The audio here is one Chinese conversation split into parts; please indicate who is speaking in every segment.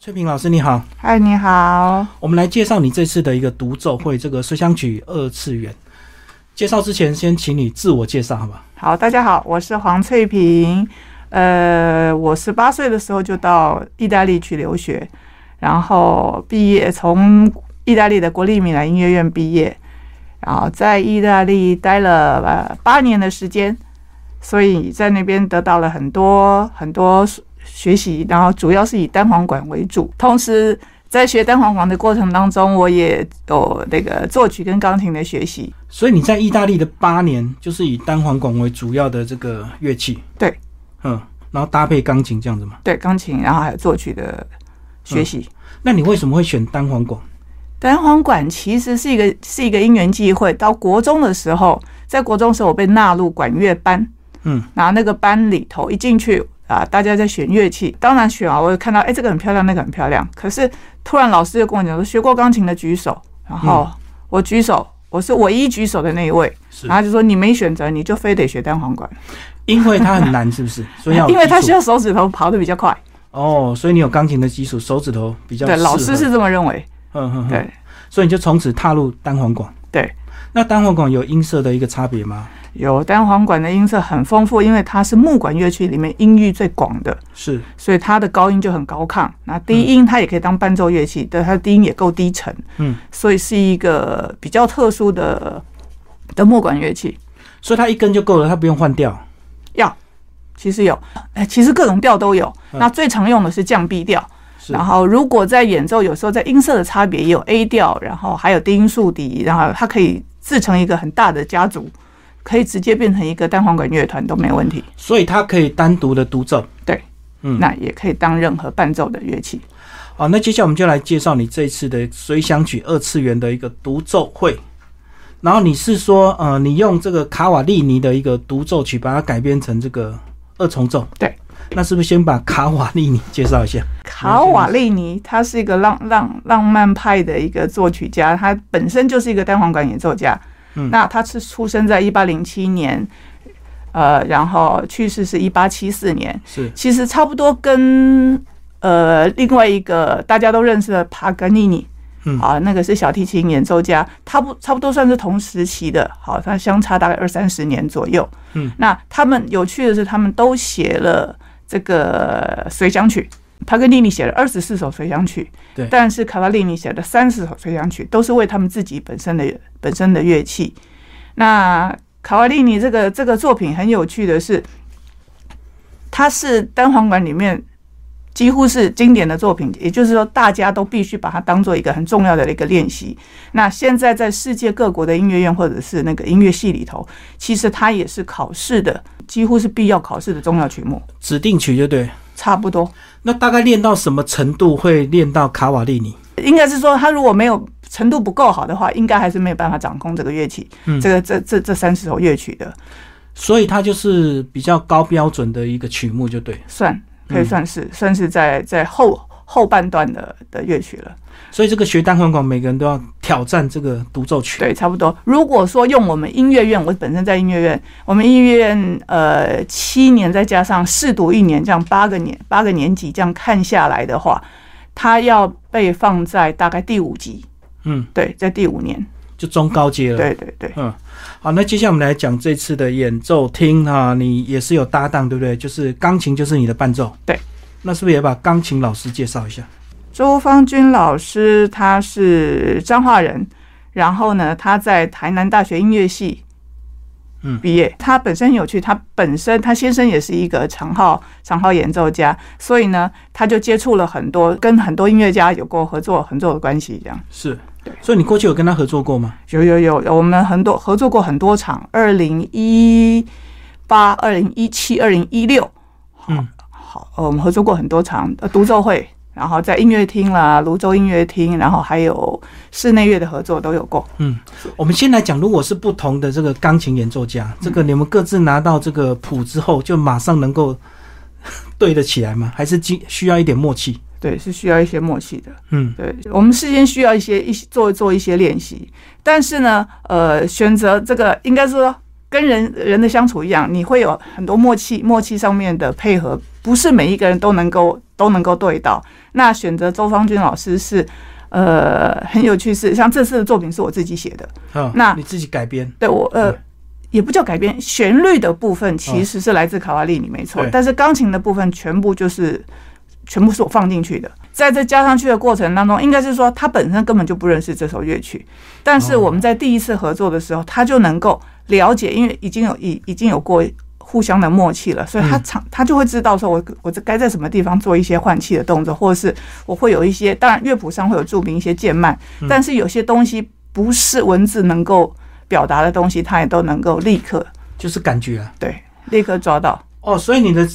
Speaker 1: 翠萍老师你好，
Speaker 2: 嗨，你好。
Speaker 1: 我们来介绍你这次的一个独奏会，这个《随想曲二次元》。介绍之前，先请你自我介绍，好吧？
Speaker 2: 好，大家好，我是黄翠萍。呃，我十八岁的时候就到意大利去留学，然后毕业从意大利的国立米兰音乐院毕业，然后在意大利待了呃八年的时间，所以在那边得到了很多很多学习，然后主要是以单簧管为主，同时。在学单簧管的过程当中，我也有那个作曲跟钢琴的学习。
Speaker 1: 所以你在意大利的八年，就是以单簧管为主要的这个乐器，
Speaker 2: 对，
Speaker 1: 嗯，然后搭配钢琴这样子嘛。
Speaker 2: 对钢琴，然后还有作曲的
Speaker 1: 嗯
Speaker 2: 学习。
Speaker 1: 那你为什么会选单簧管？
Speaker 2: 单簧管其实是一个是一个因缘际会。到国中的时候，在国中的时候，我被纳入管乐班，
Speaker 1: 嗯，
Speaker 2: 然后那个班里头一进去啊，大家在选乐器，当然选啊，我就看到哎、这个很漂亮，那个很漂亮。可是突然老师就跟我讲说，学过钢琴的举手，然后我举手，我是唯一举手的那一位，
Speaker 1: 嗯是
Speaker 2: 然后就说你没选择，你就非得学单簧管，
Speaker 1: 因为它很难，是不 是？所以要有
Speaker 2: 因为
Speaker 1: 基
Speaker 2: 他
Speaker 1: 础
Speaker 2: 需要手指头跑得比较快。
Speaker 1: 哦，所以你有钢琴的基础，手指头比较
Speaker 2: 对，老
Speaker 1: 适
Speaker 2: 师
Speaker 1: 合
Speaker 2: 是这么认为。
Speaker 1: 嗯嗯，嗯
Speaker 2: 对，
Speaker 1: 所以你就从此踏入单簧管。
Speaker 2: 对，
Speaker 1: 那单簧管有音色的一个差别吗？
Speaker 2: 有单簧管的音色很丰富，因为它是木管乐器里面音域最广的，
Speaker 1: 是，
Speaker 2: 所以它的高音就很高亢。那低音它也可以当伴奏乐器，但它的低音也够低沉，
Speaker 1: 嗯，
Speaker 2: 所以是一个比较特殊的的木管乐器。
Speaker 1: 所以它一根就够了，它不用换掉。
Speaker 2: 其实有，哎，其实各种调都有。
Speaker 1: 嗯
Speaker 2: 那最常用的是降 B 调，
Speaker 1: 是
Speaker 2: 然后如果在演奏，有时候在音色的差别也有 A 调，然后还有低音竖笛，然后它可以制成一个很大的家族，可以直接变成一个单簧管乐团都没问题。
Speaker 1: 所以它可以单独的独奏。
Speaker 2: 对，
Speaker 1: 嗯，
Speaker 2: 那也可以当任何伴奏的乐器。
Speaker 1: 好，那接下来我们就来介绍你这一次的随想曲二次元的一个独奏会。然后你是说，呃，你用这个卡瓦利尼的一个独奏曲，把它改编成这个二重奏。
Speaker 2: 对，
Speaker 1: 那是不是先把卡瓦利尼介绍一下？
Speaker 2: 卡瓦利尼他是一个浪浪浪漫派的一个作曲家，他本身就是一个单簧管演奏家。
Speaker 1: 嗯
Speaker 2: 那他是出生在一八零七年，呃，然后去世是一八七四年。
Speaker 1: 是
Speaker 2: 其实差不多跟呃另外一个大家都认识的帕格尼尼，
Speaker 1: 嗯
Speaker 2: 啊，那个是小提琴演奏家，他不差不多算是同时期的，好，他相差大概二三十年左右。
Speaker 1: 嗯，
Speaker 2: 那他们有趣的是，他们都写了这个随想曲。帕格尼尼写了二十四首随想曲，
Speaker 1: 对
Speaker 2: 但是卡瓦利尼写了三十首随想曲，都是为他们自己本身的本身的乐器。那卡瓦利尼这个这个作品很有趣的是，它是单簧管里面几乎是经典的作品，也就是说，大家都必须把它当做一个很重要的一个练习。那现在在世界各国的音乐院或者是那个音乐系里头，其实它也是考试的，几乎是必要考试的重要曲目，
Speaker 1: 指定曲，就对。
Speaker 2: 差不多。
Speaker 1: 那大概练到什么程度会练到卡瓦利尼？
Speaker 2: 应该是说，他如果没有程度不够好的话，应该还是没有办法掌控这个乐器，
Speaker 1: 嗯
Speaker 2: 这个这这这三十首乐曲的
Speaker 1: 所以它就是比较高标准的一个曲目，就对。
Speaker 2: 算可以算是、算是在在后后半段的的乐曲了。
Speaker 1: 所以这个学单簧管，每个人都要挑战这个独奏曲。
Speaker 2: 对，差不多。如果说用我们音乐院，我本身在音乐院，我们音乐院呃七年再加上试读一年，这样八个年八个年级这样看下来的话，它要被放在大概第五级，
Speaker 1: 嗯，
Speaker 2: 对，在第五年，
Speaker 1: 就中高阶了。
Speaker 2: 对对对，
Speaker 1: 好，那接下来我们来讲这次的演奏厅啊，你也是有搭档，对不对？就是钢琴就是你的伴奏，
Speaker 2: 对。
Speaker 1: 那是不是也把钢琴老师介绍一下？
Speaker 2: 周芳君老师他是彰化人，然后呢，他在台南大学音乐系，
Speaker 1: 嗯
Speaker 2: 毕业。他本身很有趣，他本身他先生也是一个长号长号演奏家，所以呢，他就接触了很多跟很多音乐家有过合作合作的关系，这样。
Speaker 1: 是，
Speaker 2: 对。
Speaker 1: 所以你过去有跟他合作过吗？
Speaker 2: 有有有，我们很多合作过很多场，二零一八、二零一七、二零一六，
Speaker 1: 嗯，
Speaker 2: 好，呃我们合作过很多场呃独奏会，然后在音乐厅啦、泸州音乐厅，然后还有室内乐的合作都有过。
Speaker 1: 我们先来讲，如果是不同的这个钢琴演奏
Speaker 2: 嗯
Speaker 1: 家，这个你们各自拿到这个谱之后，就马上能够 对得起来吗？还是需需要一点默契？
Speaker 2: 对，是需要一些默契的。
Speaker 1: 嗯，
Speaker 2: 对，我们事先需要一些一些做做一些练习，但是呢，呃，选择这个应该说跟人人的相处一样，你会有很多默契，默契上面的配合不是每一个人都能够都能够对到。那选择周芳君老师是，呃，很有趣是，像这次的作品是我自己写的，
Speaker 1: 嗯，
Speaker 2: 那
Speaker 1: 你自己改编，
Speaker 2: 对我呃
Speaker 1: 对。
Speaker 2: 也不叫改编，旋律的部分其实是来自卡瓦利里，没错
Speaker 1: 嗯对。
Speaker 2: 但是钢琴的部分全部就是，全部是我放进去的。在这加上去的过程当中，应该是说他本身根本就不认识这首乐曲，但是
Speaker 1: 哦
Speaker 2: 我们在第一次合作的时候，他就能够了解，因为已经有已已经有过互相的默契了，所以他
Speaker 1: 嗯
Speaker 2: 常、他就会知道说我我这该在什么地方做一些换气的动作，或者是我会有一些，当然乐谱上会有注明一些渐慢，
Speaker 1: 嗯
Speaker 2: 但是有些东西不是文字能够表达的东西，他也都能够立刻
Speaker 1: 就是感觉啊。
Speaker 2: 对立刻抓到。
Speaker 1: 哦，所以你的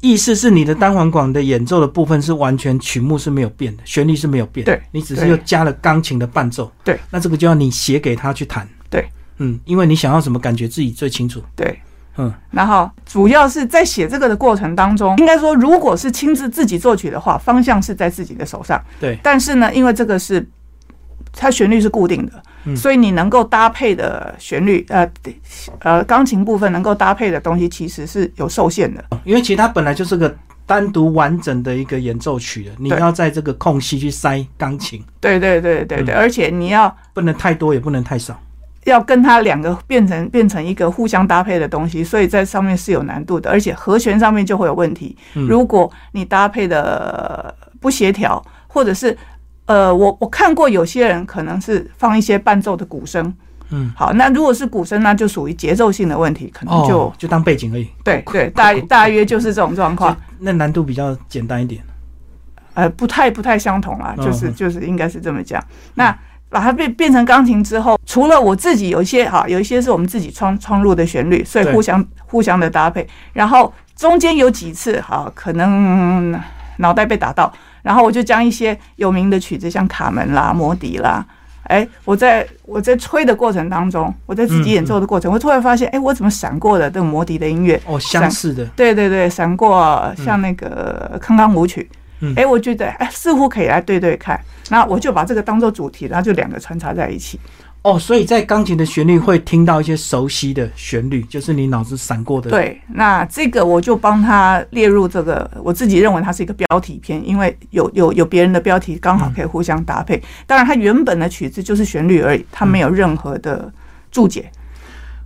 Speaker 1: 意思是，你的单簧管的演奏的部分是完全曲目是没有变的，旋律是没有变的，
Speaker 2: 对
Speaker 1: 你只是
Speaker 2: 对
Speaker 1: 又加了钢琴的伴奏，
Speaker 2: 对，
Speaker 1: 那这个就要你写给他去弹，
Speaker 2: 对，
Speaker 1: 嗯，因为你想要什么感觉自己最清楚，
Speaker 2: 对，
Speaker 1: 嗯，
Speaker 2: 然后主要是在写这个的过程当中，应该说，如果是亲自自己作曲的话，方向是在自己的手上。
Speaker 1: 对
Speaker 2: 但是呢，因为这个是它旋律是固定的，
Speaker 1: 嗯
Speaker 2: 所以你能够搭配的旋律，呃呃，钢琴部分能够搭配的东西其实是有受限的。
Speaker 1: 因为其实它本来就是个单独完整的一个演奏曲的，你
Speaker 2: 对
Speaker 1: 要在这个空隙去塞钢琴，
Speaker 2: 对对对对对，而且你要
Speaker 1: 不能太多，也不能太少。
Speaker 2: 要跟它两个变成变成一个互相搭配的东西，所以在上面是有难度的，而且和弦上面就会有问题。
Speaker 1: 嗯
Speaker 2: 如果你搭配的呃不协调，或者是呃，我我看过有些人可能是放一些伴奏的鼓声，
Speaker 1: 嗯，
Speaker 2: 好，那如果是鼓声，那就属于节奏性的问题，可能就、
Speaker 1: 哦、就当背景而已，
Speaker 2: 对对，大大约就是这种状况
Speaker 1: 所以，那难度比较简单一点。
Speaker 2: 呃，不太不太相同啦，
Speaker 1: 嗯
Speaker 2: 就是
Speaker 1: 嗯
Speaker 2: 就是应该是这么讲。那把它变变成钢琴之后，除了我自己有一些哈，有一些是我们自己创创入的旋律，所以
Speaker 1: 对
Speaker 2: 互相互相的搭配。然后中间有几次哈，可能脑袋被打到，然后我就将一些有名的曲子，像卡门啦、摩笛啦。哎，我在我在吹的过程当中，我在自己
Speaker 1: 嗯
Speaker 2: 演奏的过程，我突然发现，哎，我怎么闪过了这个摩笛的音乐？
Speaker 1: 哦，相似的，
Speaker 2: 对对对，闪过像那个康康舞曲，
Speaker 1: 嗯
Speaker 2: 哎、我觉得哎，似乎可以来对对看，那我就把这个当做主题，然后就两个穿插在一起。
Speaker 1: 哦，所以在钢琴的旋律会听到一些熟悉的旋律，就是你脑子闪过的。，
Speaker 2: 对，那这个我就帮他列入这个，我自己认为它是一个标题片，因为有有有别人的标题刚好可以互相搭配。当然，它原本的曲子就是旋律而已，它没有任何的注解。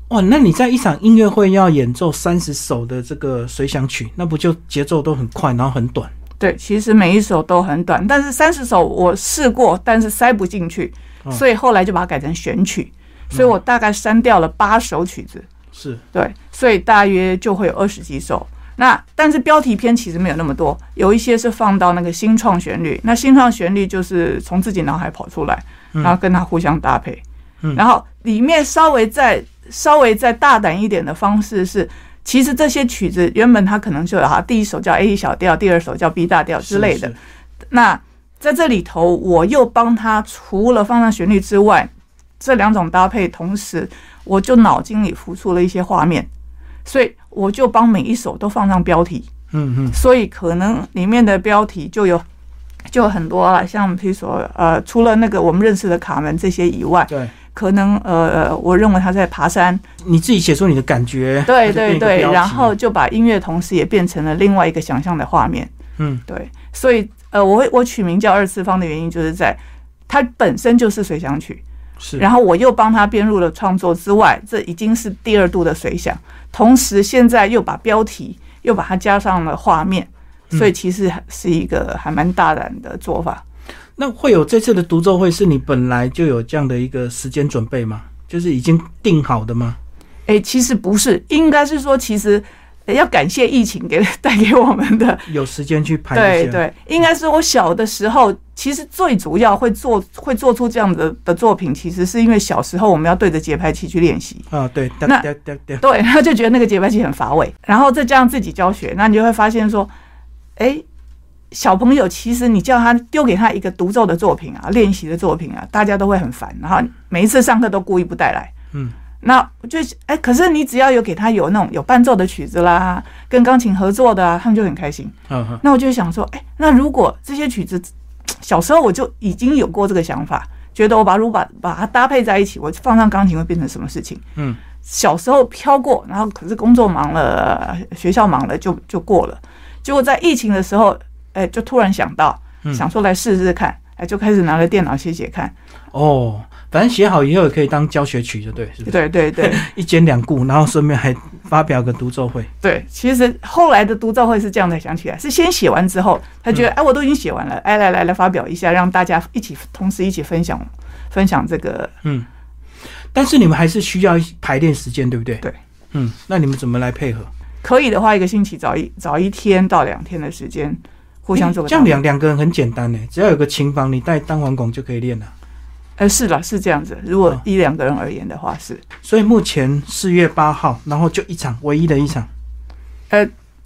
Speaker 1: 哇，那你在一场音乐会要演奏三十首的这个随想曲，那不就节奏都很快，然后很短？
Speaker 2: 对，其实每一首都很短，但是三十首我试过，但是塞不进去，
Speaker 1: 嗯
Speaker 2: 所以后来就把它改成选曲，所以我大概删掉了八首曲子，
Speaker 1: 是，
Speaker 2: 对，所以大约就会有二十几首。那但是标题片其实没有那么多，有一些是放到那个新创旋律，那新创旋律就是从自己脑海跑出来，然后跟它互相搭配，
Speaker 1: 嗯
Speaker 2: 然后里面稍微再稍微再大胆一点的方式是。其实这些曲子原本它可能就有啊，第一首叫 A 小调，第二首叫 B 大调之类的
Speaker 1: 是。。
Speaker 2: 那在这里头，我又帮他除了放上旋律之外，这两种搭配，同时我就脑筋里浮出了一些画面，所以我就帮每一首都放上标题，
Speaker 1: 嗯嗯，
Speaker 2: 所以可能里面的标题就有就有很多了，像比如说呃，除了那个我们认识的卡门这些以外，
Speaker 1: 对，
Speaker 2: 可能呃，呃我认为他在爬山，
Speaker 1: 你自己写出你的感觉。
Speaker 2: 对
Speaker 1: 它就
Speaker 2: 对
Speaker 1: 变一个
Speaker 2: 对，
Speaker 1: 标
Speaker 2: 然
Speaker 1: 题
Speaker 2: 后就把音乐同时也变成了另外一个想象的画面。
Speaker 1: 嗯，
Speaker 2: 对，所以呃，我会我取名叫二次方的原因就是在它本身就是随想曲，
Speaker 1: 是，
Speaker 2: 然后我又帮它编入了创作之外，这已经是第二度的随想，同时现在又把标题又把它加上了画面，所以其实是一个还蛮大胆的做法。
Speaker 1: 那会有这次的独奏会，是你本来就有这样的一个时间准备吗？就是已经定好的吗？
Speaker 2: 诶，其实不是，应该是说其实。呃要感谢疫情给带给我们的
Speaker 1: 有时间去排一
Speaker 2: 对
Speaker 1: 下？
Speaker 2: 对，应该是我小的时候，其实最主要会做会做出这样的的作品，其实是因为小时候我们要对着节拍器去练习。
Speaker 1: 啊，对，哒
Speaker 2: 那
Speaker 1: 哒哒哒
Speaker 2: 对，然后就觉得那个节拍器很乏味，然后再加上自己教学，那你就会发现说，哎，小朋友其实你叫他丢给他一个独奏的作品啊，练习的作品啊，大家都会很烦，然后每一次上课都故意不带来。
Speaker 1: 嗯，
Speaker 2: 那我就哎，可是你只要有给他有那种有伴奏的曲子啦，跟钢琴合作的啊，他们就很开心。
Speaker 1: 嗯嗯，
Speaker 2: 那我就想说，哎、那如果这些曲子，小时候我就已经有过这个想法，觉得我把如果把把它搭配在一起，我放上钢琴会变成什么事情？
Speaker 1: 嗯，
Speaker 2: 小时候飘过，然后可是工作忙了，学校忙了就就过了。结果在疫情的时候，哎，就突然想到，
Speaker 1: 嗯
Speaker 2: 想说来试试看，哎，就开始拿了电脑写写看。
Speaker 1: 哦，反正写好以后也可以当教学曲，就对，是不是？
Speaker 2: 对对对
Speaker 1: 一兼两顾，然后顺便还发表个独奏会。
Speaker 2: 对，其实后来的独奏会是这样才想起来，是先写完之后，他
Speaker 1: 嗯
Speaker 2: 觉得哎，我都已经写完了，哎，来来来，发表一下，让大家一起同时一起分享分享这个
Speaker 1: 嗯，但是你们还是需要排练时间，对不对？
Speaker 2: 对。
Speaker 1: 嗯，那你们怎么来配合？
Speaker 2: 可以的话，一个星期找一找一天到两天的时间，互相做个
Speaker 1: 哎这样
Speaker 2: 讨论
Speaker 1: 两两个人很简单呢，只要有个琴房，你带单簧管就可以练了。
Speaker 2: 呃，是了，是这样子。如
Speaker 1: 哦
Speaker 2: 果一两个人而言的话，是
Speaker 1: 所以目前四月八号，然后就一场，唯一的一场。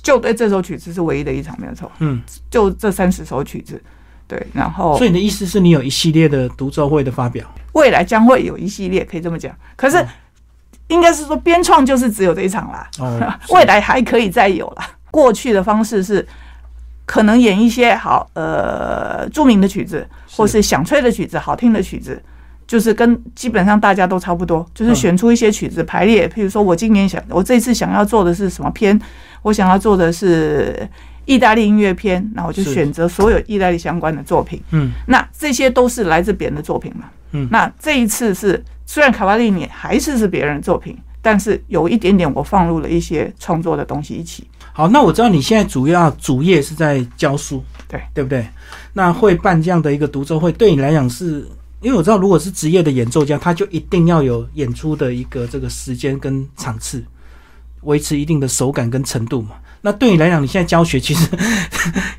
Speaker 2: 就对这首曲子是唯一的一场没有错，
Speaker 1: 嗯，
Speaker 2: 就这三十首曲子，对。然后
Speaker 1: 所以你的意思是你有一系列的独奏会的发表？
Speaker 2: 未来将会有一系列，可以这么讲。可是
Speaker 1: 嗯
Speaker 2: 应该是说编创就是只有这一场啦，，
Speaker 1: 哦
Speaker 2: 未来还可以再有啦。过去的方式是可能演一些好呃著名的曲子，或是响吹的曲子、好听的曲子，就是跟基本上大家都差不多，就是
Speaker 1: 嗯
Speaker 2: 选出一些曲子排列。譬如说我今年想，我这次想要做的是什么篇，我想要做的是意大利音乐篇，那我就是选择所有意大利相关的作品。
Speaker 1: 嗯
Speaker 2: 那这些都是来自别人的作品嘛。
Speaker 1: 嗯
Speaker 2: 那这一次是虽然卡瓦利尼还是是别人的作品，但是有一点点我放入了一些创作的东西一起。
Speaker 1: 好，那我知道你现在主要主业是在教书，
Speaker 2: 对
Speaker 1: 对不对？那会办这样的一个独奏会，对你来讲是，因为我知道如果是职业的演奏家，他就一定要有演出的一个这个时间跟场次，维持一定的手感跟程度嘛。那对你来讲，你现在教学 其实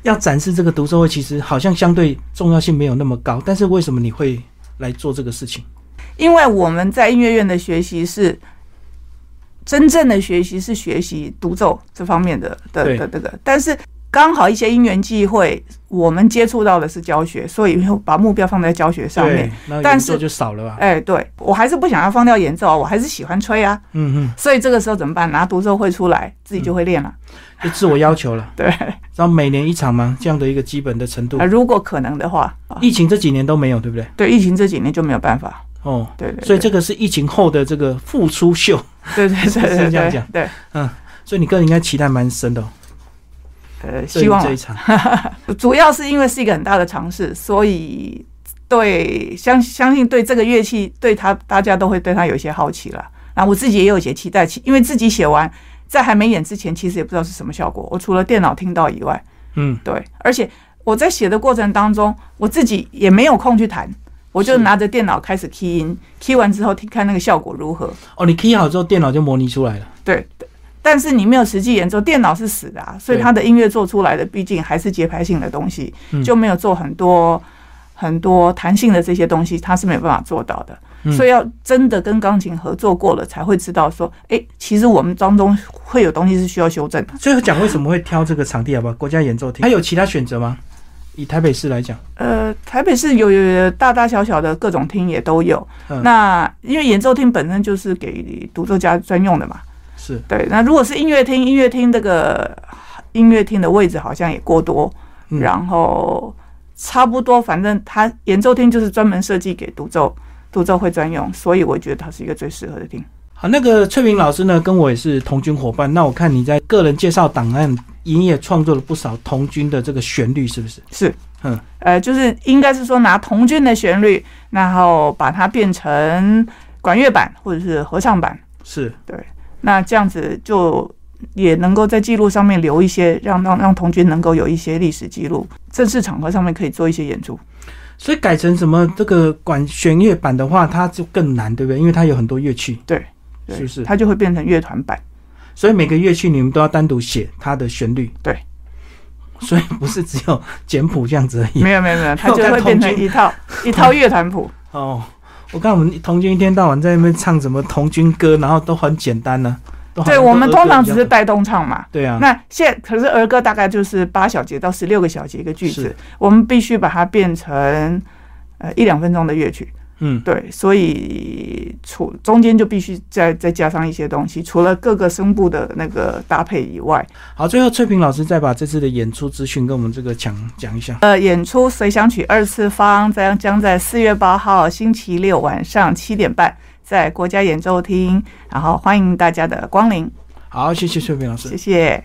Speaker 1: 要展示这个独奏会，其实好像相对重要性没有那么高，但是为什么你会来做这个事情？
Speaker 2: 因为我们在音乐院的学习是真正的学习，是学习独奏这方面的的
Speaker 1: 对
Speaker 2: 的这个，但是刚好一些因缘际会，我们接触到的是教学，所以把目标放在教学上面
Speaker 1: 对。，那演
Speaker 2: 但
Speaker 1: 奏
Speaker 2: 是
Speaker 1: 就少了啊吧？
Speaker 2: 哎，对我还是不想要放掉演奏啊，我还是喜欢吹啊，
Speaker 1: 嗯
Speaker 2: 所以这个时候怎么办？拿独奏会出来，自己就会练了。
Speaker 1: 嗯，就自我要求了，
Speaker 2: 对，
Speaker 1: 然后每年一场吗？这样的一个基本的程度
Speaker 2: 啊，。如果可能的话，啊
Speaker 1: 疫情这几年都没有，对不对？
Speaker 2: 对疫情这几年就没有办法。
Speaker 1: 哦，
Speaker 2: 对对对，
Speaker 1: 所以这个是疫情后的这个复出秀，
Speaker 2: 对对对对
Speaker 1: 是这样
Speaker 2: 对
Speaker 1: 讲
Speaker 2: 对，
Speaker 1: 所以你个人应该期待蛮深的、哦。
Speaker 2: 呃，
Speaker 1: 对于
Speaker 2: 希望
Speaker 1: 这一场，
Speaker 2: 主要是因为是一个很大的尝试，所以对相相信对这个乐器，对它大家都会对它有一些好奇了。然后我自己也有一些期待，其因为自己写完，在还没演之前，其实也不知道是什么效果。我除了电脑听到以外，
Speaker 1: 嗯，
Speaker 2: 对，而且我在写的过程当中，我自己也没有空去弹，我就是拿着电脑开始 key 音，key 完之后听看那个效果如何。
Speaker 1: 哦，你 key 好之后，电脑就模拟出 来了。
Speaker 2: 对，但是你没有实际演奏，电脑是死的啊，所以
Speaker 1: 对
Speaker 2: 它的音乐做出来的毕竟还是节拍性的东西
Speaker 1: 嗯，
Speaker 2: 就没有做很多很多弹性的这些东西，它是没有办法做到的。
Speaker 1: 嗯
Speaker 2: 所以要真的跟钢琴合作过了，才会知道说，哎、其实我们当中会有东西是需要修正的。
Speaker 1: 最后讲为什么会挑这个场地，好不好？国家演奏厅，还有其他选择吗？以台北市来讲，
Speaker 2: 呃，台北市有有有大大小小的各种厅也都有。
Speaker 1: 嗯
Speaker 2: 那因为演奏厅本身就是给独奏家专用的嘛，
Speaker 1: 是
Speaker 2: 对，那如果是音乐厅，音乐厅这个音乐厅的位置好像也过多，
Speaker 1: 嗯
Speaker 2: 然后差不多，反正它演奏厅就是专门设计给独奏独奏会专用，所以我觉得它是一个最适合的厅。
Speaker 1: 好，那个翠萍老师呢，跟我也是同军伙伴。那我看你在个人介绍档案，你也创作了不少同军的这个旋律，是不是？
Speaker 2: 是，
Speaker 1: 嗯，
Speaker 2: 呃，就是应该是说拿童军的旋律，然后把它变成管乐版或者是合唱版，
Speaker 1: 是，
Speaker 2: 那这样子就。也能够在记录上面留一些，让让让童军能够有一些历史记录，正式场合上面可以做一些演出。
Speaker 1: 所以改成什么这个管弦乐版的话，它就更难，对不对？因为它有很多乐器，
Speaker 2: 对，对
Speaker 1: 是不是？
Speaker 2: 它就会变成乐团版。
Speaker 1: 所以每个乐器你们都要单独写它的旋律。
Speaker 2: 对，
Speaker 1: 所以不是只有简谱这样子而已。
Speaker 2: 没有没有没有，它
Speaker 1: 我
Speaker 2: 就
Speaker 1: 看
Speaker 2: 会变
Speaker 1: 童
Speaker 2: 成
Speaker 1: 军
Speaker 2: 一套一套乐团谱。
Speaker 1: 哦，我看我们童军一天到晚在那边唱什么童军歌，然后都很简单呢、都好
Speaker 2: 对
Speaker 1: 像
Speaker 2: 我们
Speaker 1: 都
Speaker 2: 通
Speaker 1: 儿歌
Speaker 2: 常
Speaker 1: 比
Speaker 2: 只
Speaker 1: 较
Speaker 2: 是带动唱嘛。
Speaker 1: 对啊，
Speaker 2: 那现在可是儿歌大概就是八小节到十六个小节一个句子
Speaker 1: 是，
Speaker 2: 我们必须把它变成呃一两分钟的乐曲。
Speaker 1: 嗯
Speaker 2: 对，所以除中间就必须再再加上一些东西，除了各个声部的那个搭配以外，
Speaker 1: 好，最后翠萍老师再把这次的演出资讯跟我们这个讲讲一下。
Speaker 2: 呃，演出《随想曲二次方》将将在四月八号星期六晚上七点半在国家演奏厅，然后欢迎大家的光临，
Speaker 1: 好，谢谢翠萍老师
Speaker 2: 谢。谢。